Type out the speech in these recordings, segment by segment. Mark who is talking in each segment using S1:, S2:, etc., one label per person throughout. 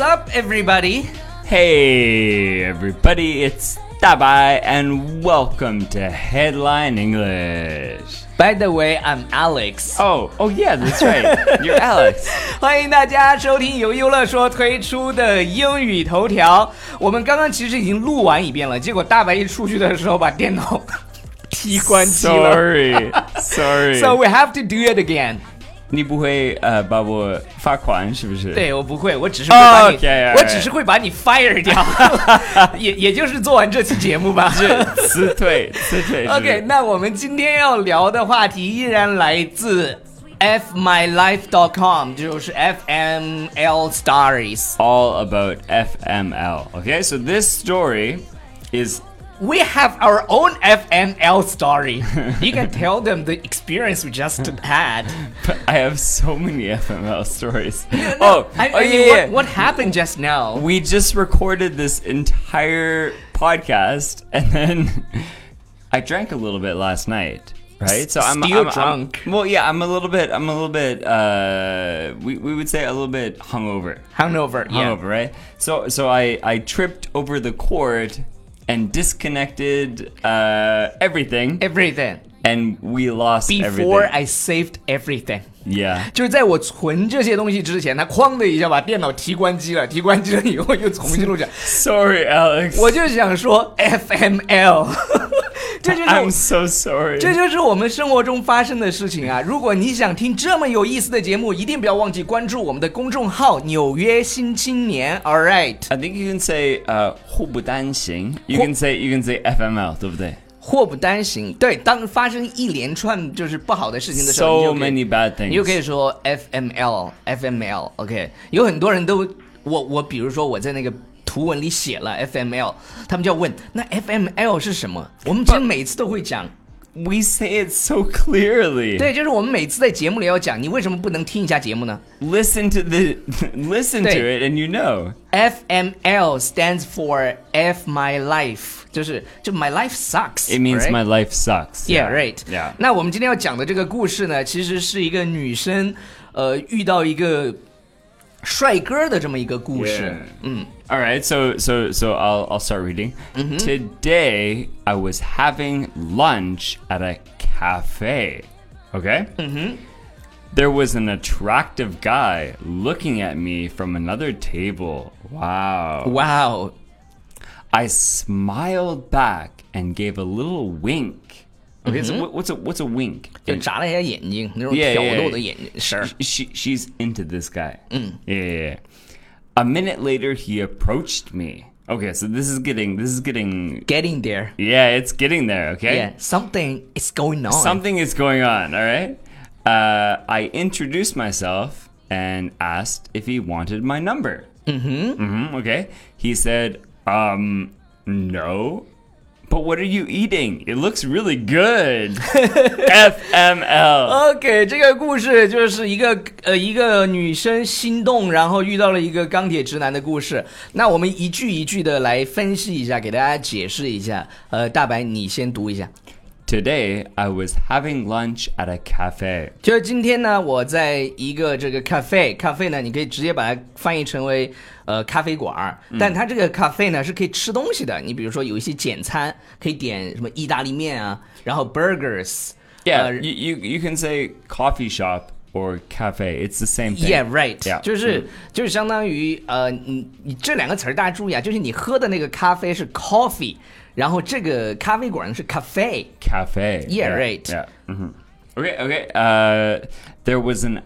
S1: everybody?
S2: Hey, everybody, it's Dabai, and welcome to Headline English.
S1: By the way, I'm Alex.
S2: Oh, oh, yeah, that's right. You're Alex.
S1: 欢迎大家收听由优乐说推出的英语头条。我们刚刚其实已经录完一遍了，结果大白一出去的时候把电脑 踢关机了。
S2: Sorry, sorry. uh,
S1: So we have to do it again.
S2: 你不会呃把我罚款是不是？，
S1: 对我不会，我只是会把你
S2: Okay,
S1: 我只是会把你 fire 掉， 也也就是做完这期节目吧。
S2: 是辞退，辞退。是
S1: OK，那我们今天要聊的话题依然来自 fmylife.com，就是 FML Stories。
S2: all about FML. Okay, so this story is
S1: We have our own FML story. You can tell them the experience we just had.
S2: I have so many FML stories.
S1: No,
S2: oh,
S1: I,
S2: oh
S1: I
S2: yeah,
S1: mean,
S2: yeah.
S1: What, what happened just now?
S2: we just recorded this entire podcast and then I drank a little bit last night. Right, so I'm,
S1: Still
S2: I'm- I'm-
S1: drunk.
S2: well, yeah, I'm a little bit. I'm a little bit. Uh, we we would say a little bit hungover.
S1: Hangover. Yeah.
S2: hungover, right? So so I I tripped over the cord and disconnected uh, everything,
S1: Everything.
S2: and we lost
S1: Before
S2: everything.
S1: I saved everything.
S2: yeah.
S1: 就是在我存这些东西之前，他哐的一下把电脑提关机了，提关机了以后又重新录制。
S2: Sorry, Alex.
S1: 我就想说 FML，这就是我
S2: I'm so sorry.
S1: 这就是我们生活中发生的事情啊！如果你想听这么有意思的节目，一定不要忘记关注我们的公众号《纽约新青年》。All right，
S2: I think you can say uh, 互不单行. You
S1: Who-
S2: can say you can say FML, 对不对?
S1: 祸不单行。对，当发生一连串就是不好的事情的时候
S2: So
S1: 你就可以
S2: many bad
S1: 你就
S2: things.
S1: 可以说 FML FML OK，有很多人都我我比如说我在那个图文里写了 FML，他们就要问那 FML 是什么？我们其实每次都会讲，
S2: We say it so clearly.
S1: 对，就是我们每次在节目里要讲，你为什么不能听一下节目呢
S2: Listen to the listen to
S1: They-
S2: it, and you know.
S1: ？FML stands for F my life，就是就 my life sucks。
S2: It means
S1: right?
S2: my life sucks.
S1: Yeah, right.
S2: Yeah.
S1: 那我们今天要讲的这个故事呢，其实是一个女生，呃，遇到一个帅哥的这么一个故事。
S2: All right, so so so I'll I'll start reading.
S1: Mm-hmm.
S2: Today I was having lunch at a cafe. Okay? Mm-hmm. There was an attractive guy looking at me from another table. Wow.
S1: 哇哦，
S2: I smiled back and gave a little wink. Okay, so what, what's a what's a wink?
S1: 就眨了一下眼睛，那种
S2: Yeah,
S1: 挑
S2: yeah,
S1: 逗
S2: yeah.
S1: 的眼睛神儿。
S2: She she's into this guy. Yeah, yeah, yeah. A minute later, he approached me. Okay, so this is getting this is getting
S1: Getting there,
S2: yeah, it's getting there. Okay,
S1: yeah. Something is going on.
S2: something is going on. All right. Uh, I introduced myself and asked if he wanted my number. Mm-hmm. Mm-hmm. Okay. He said, um, no. But what are you eating? It looks really good. FML.
S1: OK，这个故事就是一个呃一个女生心动，然后遇到了一个钢铁直男的故事。那我们一句一句的来分析一下，给大家解释一下。呃，大白，你先读一下。
S2: Today, I was having lunch at a cafe.
S1: 就是今天呢，我在一个这个 cafe cafe 呢，你可以直接把它翻译成为呃咖啡馆儿，但它这个 cafe 呢是可以吃东西的。你比如说有一些简餐，可以点什么意大利面啊，然后 burgers。
S2: Yeah,
S1: 呃
S2: Uh, you, you you can say coffee shop or cafe. It's the same thing.
S1: Yeah, right.
S2: Yeah. 嗯
S1: 就是就是相当于呃，你你这两个词儿大家注意啊，就是你喝的那个咖啡是 coffee，然后这个咖啡馆是 cafe。
S2: cafe.
S1: Yeah, right.
S2: Yeah. mhm. Okay, okay. Uh, there was an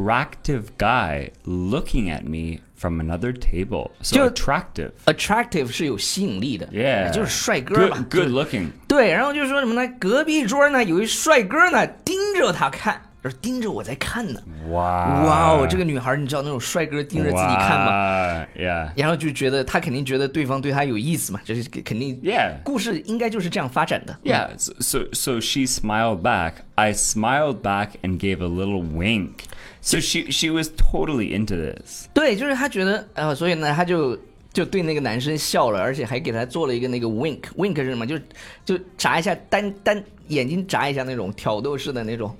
S2: attractive guy looking at me from another table. So
S1: Dude.
S2: attractive.
S1: Attractive 是有吸引力的
S2: Yeah.
S1: 就是帅哥嘛
S2: Good, good looking.
S1: 对，然后就说什么呢？隔壁桌呢有一帅哥呢盯着他看，就是盯着我在看呢。
S2: Wow.
S1: 哇哦，这个女孩儿你知道那种帅哥盯着自己看
S2: 啊
S1: 吗？
S2: Wow, Yeah.
S1: 然后就觉得他肯定觉得对方对他有意思嘛，这是肯定。
S2: Yeah.
S1: 故事应该就是这样发展的。
S2: Yeah, so, so so she smiled back. I smiled back and gave a little wink. So she she was totally into this.
S1: 对，就是他觉得，呃，所以呢，他就就对那个男生笑了，而且还给他做了一个那个 wink，wink 是什么？就就眨一下，单单眼睛眨一下那种挑逗式的那种。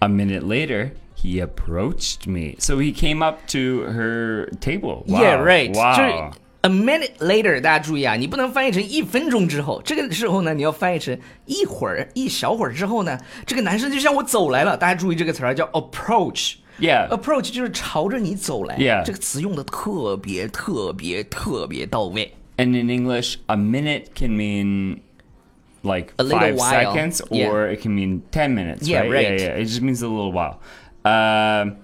S2: A minute later, He approached me. So he came up to her table. Wow.
S1: Yeah, right.
S2: 哦
S1: 就是
S2: Wow.
S1: a minute later，大家注意啊，你不能翻译成一分钟之后，这个时候呢，你要翻译成一会儿、一小会儿之后呢，这个男生就向我走来了。大家注意这个词儿啊叫 approach。
S2: Yeah.
S1: approach 就是朝着你走来
S2: Yeah
S1: 这个词用的特别特别特别到位。
S2: And in English, a minute can mean like
S1: A little
S2: five
S1: while.
S2: seconds, or
S1: Yeah.
S2: it can mean ten minutes.
S1: Yeah,
S2: right?
S1: right.
S2: Yeah, yeah. It just means a little while. Um,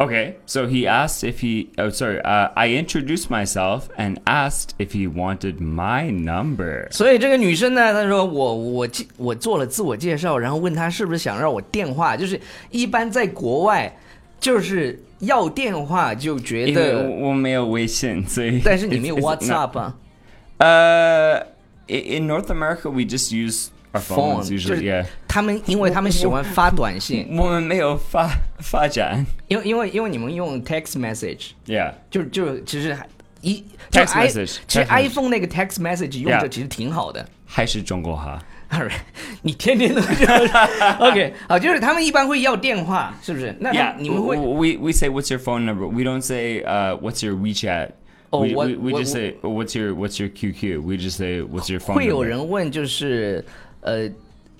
S2: okay, so he asked if he. Oh, sorry. Uh, I introduced myself and asked if he wanted my number.
S1: 所以这个女生呢，她说我我介我做了自我介绍，然后问她是不是想让我电话，就是一般在国外就是要电话就觉得，
S2: 因为我没有微信，所以
S1: 但是你没有
S2: it's- it's not-
S1: WhatsApp 啊。
S2: Uh, i- in North America, we just use our
S1: phone，
S2: phones
S1: 就
S2: usually.
S1: 是
S2: Yeah.
S1: 他们，因为他们喜欢发短信，
S2: 我们没有发发展。
S1: 因为因为因为你们用 text message，
S2: Yeah.
S1: 就是就是其实还一就
S2: Text
S1: i
S2: message，
S1: 其实
S2: text message
S1: iPhone 那个 text message 用
S2: Yeah
S1: 着其实挺好的。
S2: 还是中国话。
S1: All right，你天天都这样。OK，好， 就是他们一般会要电话，是不是？那
S2: Yeah,
S1: 你们会
S2: w- we we say what's your phone number. We don't say uh, what's your WeChat.
S1: Oh,
S2: we,
S1: what-
S2: we, we
S1: what-
S2: just say "Oh, what's your what's your QQ. We just say what's your phone
S1: 会有
S2: number.
S1: 人问就是呃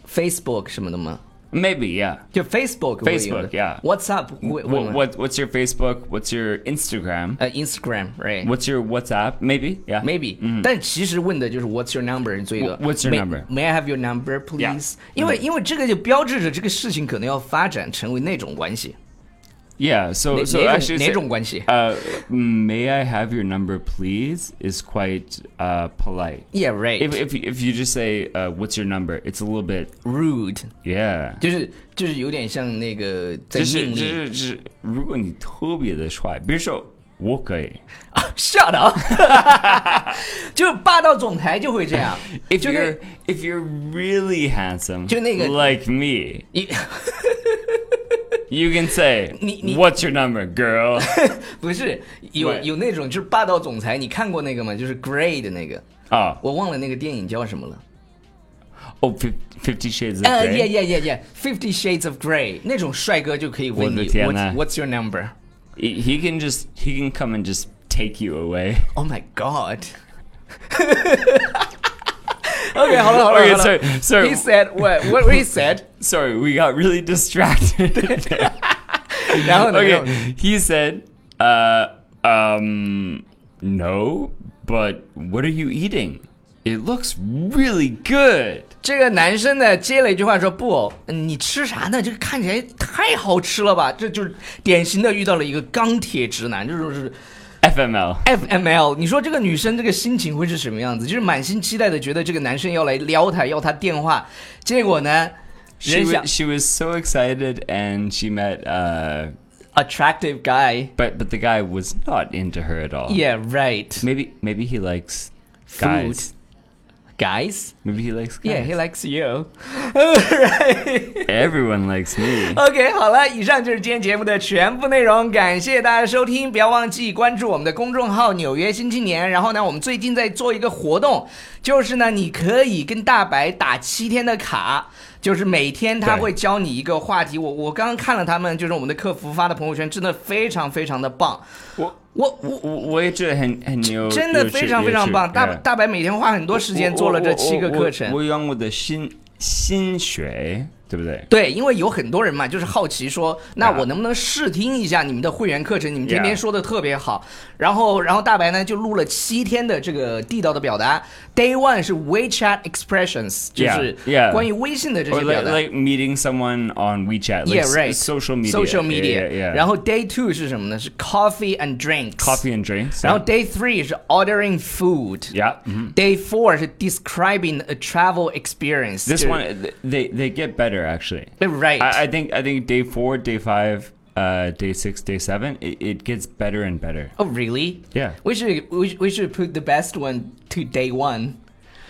S1: Facebook 什么的吗？
S2: Maybe yeah.
S1: 就 Facebook 会有的
S2: Facebook，yeah
S1: WhatsApp 会
S2: What,
S1: 问吗
S2: what what's your Facebook? What's your Instagram?
S1: 呃 Instagram，right？
S2: What's your WhatsApp? Maybe yeah.
S1: Maybe，、但其实问的就是 What's your number 最多。
S2: 嗯 What's your
S1: May-
S2: number？嗯
S1: May I have your number, please？、因为因为这个就标志着这个事情可能要发展成为那种关系，
S2: Yeah. So
S1: 哪
S2: so
S1: 哪
S2: actually
S1: 种
S2: it's-
S1: 哪种关系
S2: uh, may I have your number, please? Is quite uh, polite.
S1: ？Yeah, right.
S2: If, if, if you just say uh, what's your number, it's a little bit
S1: Rude，
S2: yeah.
S1: 就是就是有点像那个在
S2: 就是
S1: 命
S2: 就
S1: 令。
S2: 是就是，如果你特别的帅，比如说我可以
S1: Shut up！就是霸道总裁就会这样，
S2: ，if
S1: 就
S2: you're
S1: 是
S2: if you're really handsome，
S1: 就那个
S2: like me，
S1: 一
S2: you can say
S1: 你你
S2: what's your number, girl？
S1: 不是有
S2: Right
S1: 有那种就是霸道总裁，你看过那个吗？就是 Grey 的那个，
S2: 啊，
S1: 我忘了那个电影叫什么了。
S2: 哦，Fif-，Fifty oh, Shades of
S1: 呃、yeah
S2: Oh,
S1: Uh,
S2: Grey，
S1: yeah yeah yeah，Fifty Shades of Grey 那种帅哥就可以问
S2: 我
S1: 你
S2: 的天呐
S1: What's What's your number？
S2: He- he can just he can come and just take you away。
S1: Oh my god. okay, hold on, hold on.
S2: Okay,
S1: hold on.
S2: sorry, sorry.
S1: He said what? What he said?
S2: Sorry, we got really distracted.
S1: 然后呢？然后呢
S2: okay, he said, uh, um, no, but what are you eating? It looks really good.
S1: 这个男生呢接了一句话说：“不，嗯你吃啥呢？这个看起来太好吃了吧！”这就是典型的遇到了一个钢铁直男，这就是
S2: FML.
S1: FML。你说这个女生这个心情会是什么样子？就是满心期待的觉得这个男生要来撩她，要她电话，结果呢，
S2: She
S1: 人
S2: was,
S1: 想
S2: she was so excited and she met, uh,
S1: attractive guy。
S2: but but the guy was not into her at all.
S1: Yeah, right.
S2: Maybe maybe he likes
S1: Food.
S2: guys.
S1: Guys,
S2: Maybe he likes
S1: yeah,
S2: guys.
S1: he likes you.
S2: Everyone likes me.
S1: OK，好了，以上就是今天节目的全部内容，感谢大家收听，不要忘记关注我们的公众号《纽约新青年》。然后呢，我们最近在做一个活动，就是呢，你可以跟大白打七天的卡。就是每天他
S2: 对
S1: 会教你一个话题，我我刚刚看了他们，就是我们的客服发的朋友圈，真的非常非常的棒。
S2: 我
S1: 我我
S2: 呃我我也觉得很很有，
S1: 真的非常非常棒，大大白每天花很多时间做了这七个课程。
S2: 我我用我的心心血，对不对？
S1: 对，因为有很多人嘛，就是好奇说，那
S2: 啊
S1: 我能不能试听一下你们的会员课程？你们天天
S2: Yeah
S1: 说的特别好。然后，然后大白呢就录了七天的这个地道的表达。Day one 是 WeChat expressions，就是
S2: Yeah，yeah
S1: 关于微信的这
S2: Or
S1: 些表
S2: like,
S1: 达。
S2: like meeting someone on WeChat, like
S1: Yeah,
S2: s-
S1: right.
S2: social media,
S1: Social
S2: yeah,
S1: media，
S2: yeah, yeah.
S1: 然后 Day two 是什么呢？是 Coffee and drinks。
S2: coffee and drinks.
S1: 然后 Day three 是 ordering food。
S2: yeah, mhm.
S1: Day four 是 describing a travel experience。
S2: this
S1: 就是
S2: one th- they they get better actually.
S1: Right.
S2: I, I think I think day four, day five, uh, day six, day seven, it, it gets better and better.
S1: Oh really?
S2: Yeah.
S1: We should we should, we should put the best one to day one.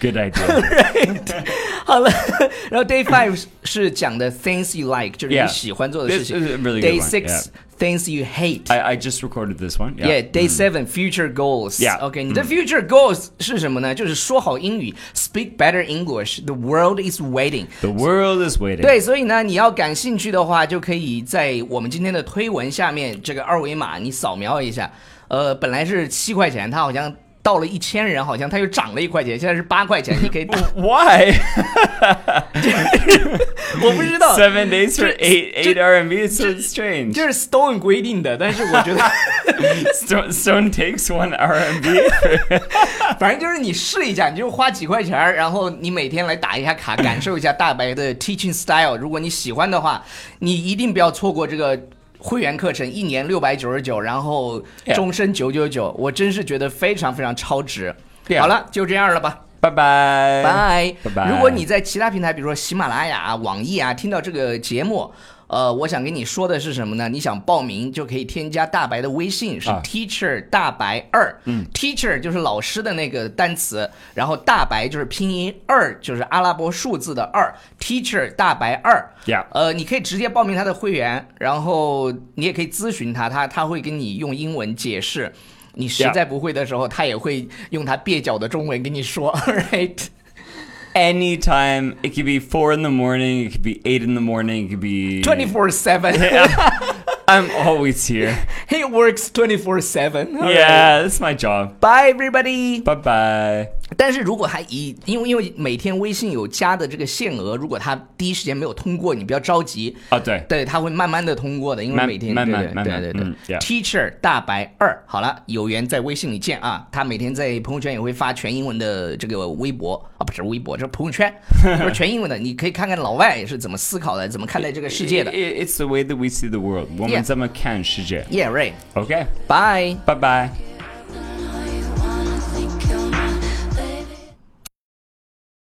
S2: Good idea.
S1: 好了，然后 day five 是讲的 things you like，就是
S2: Yeah.
S1: 你喜欢做的事情。
S2: This is a really good
S1: day
S2: one,
S1: six
S2: yeah.
S1: things you hate。
S2: I, I just recorded this one. Yeah. mm。
S1: Yeah, day seven, future goals.
S2: Yeah. mm。
S1: OK，你的 future goals 是什么呢？就是说好英语，speak better English. The world is waiting.
S2: The world is waiting.
S1: 对，所以呢，你要感兴趣的话，就可以在我们今天的推文下面这个二维码，你扫描一下。呃，本来是七块钱，它好像到了一千人，好像它又涨了一块钱，现在是八块钱，你可以打。
S2: Why?
S1: 我不知 道，
S2: Seven days for eight
S1: 这-
S2: eight RMB. It's so strange.
S1: 这是 Stone 规定的，但是我觉得，
S2: Stone, Stone takes one RMB.
S1: 反正就是你试一下，你就花几块钱儿，然后你每天来打一下卡，感受一下大白的 teaching style。如果你喜欢的话，你一定不要错过这个。会员课程一年六百九十九，然后
S2: Yeah.
S1: 终身九九九，我真是觉得非常非常超值。
S2: Yeah.
S1: 好了，就这样了吧。
S2: bye bye.
S1: 拜
S2: 拜拜
S1: 如果你在其他平台，比如说喜马拉雅啊、网易啊，听到这个节目，呃，我想跟你说的是什么呢？你想报名就可以添加大白的微信，是
S2: 啊
S1: Teacher 大白二、嗯，Teacher 就是老师的那个单词，然后大白就是拼音，二就是阿拉伯数字的二，Teacher 大白二。
S2: Yeah.
S1: 呃，你可以直接报名他的会员，然后你也可以咨询他，他他会跟你用英文解释。你实
S2: Yeah.
S1: 在不会的时候他也会用他蹩脚的中文跟你说 ，right？
S2: Anytime. It could be four in the morning. It could be eight in the morning. It could be
S1: twenty four seven.
S2: I'm always here.
S1: He works twenty four seven.
S2: Yeah, that's my job.
S1: Bye everybody.
S2: Bye bye.
S1: 但是如果还以因为因为每天微信有加的这个限额，如果他第一时间没有通过，你不要着急。
S2: Oh, 对。
S1: 对，他会慢慢的通过的，因为
S2: 慢
S1: 每天
S2: 慢慢
S1: 对
S2: 慢慢
S1: 对对
S2: 嗯
S1: 对。
S2: ，yeah
S1: Teacher 大白二，好了，有缘在微信里见啊！他每天在朋友圈也会发全英文的这个微博啊，不是微博，这是朋友圈，不是全英文的，你可以看看老外是怎么思考的，怎么看待这个世界
S2: It,
S1: 的。
S2: it, it's the way that we see the world. 我们怎么看世界
S1: Yeah, right.
S2: ？OK，
S1: Bye.
S2: 拜拜。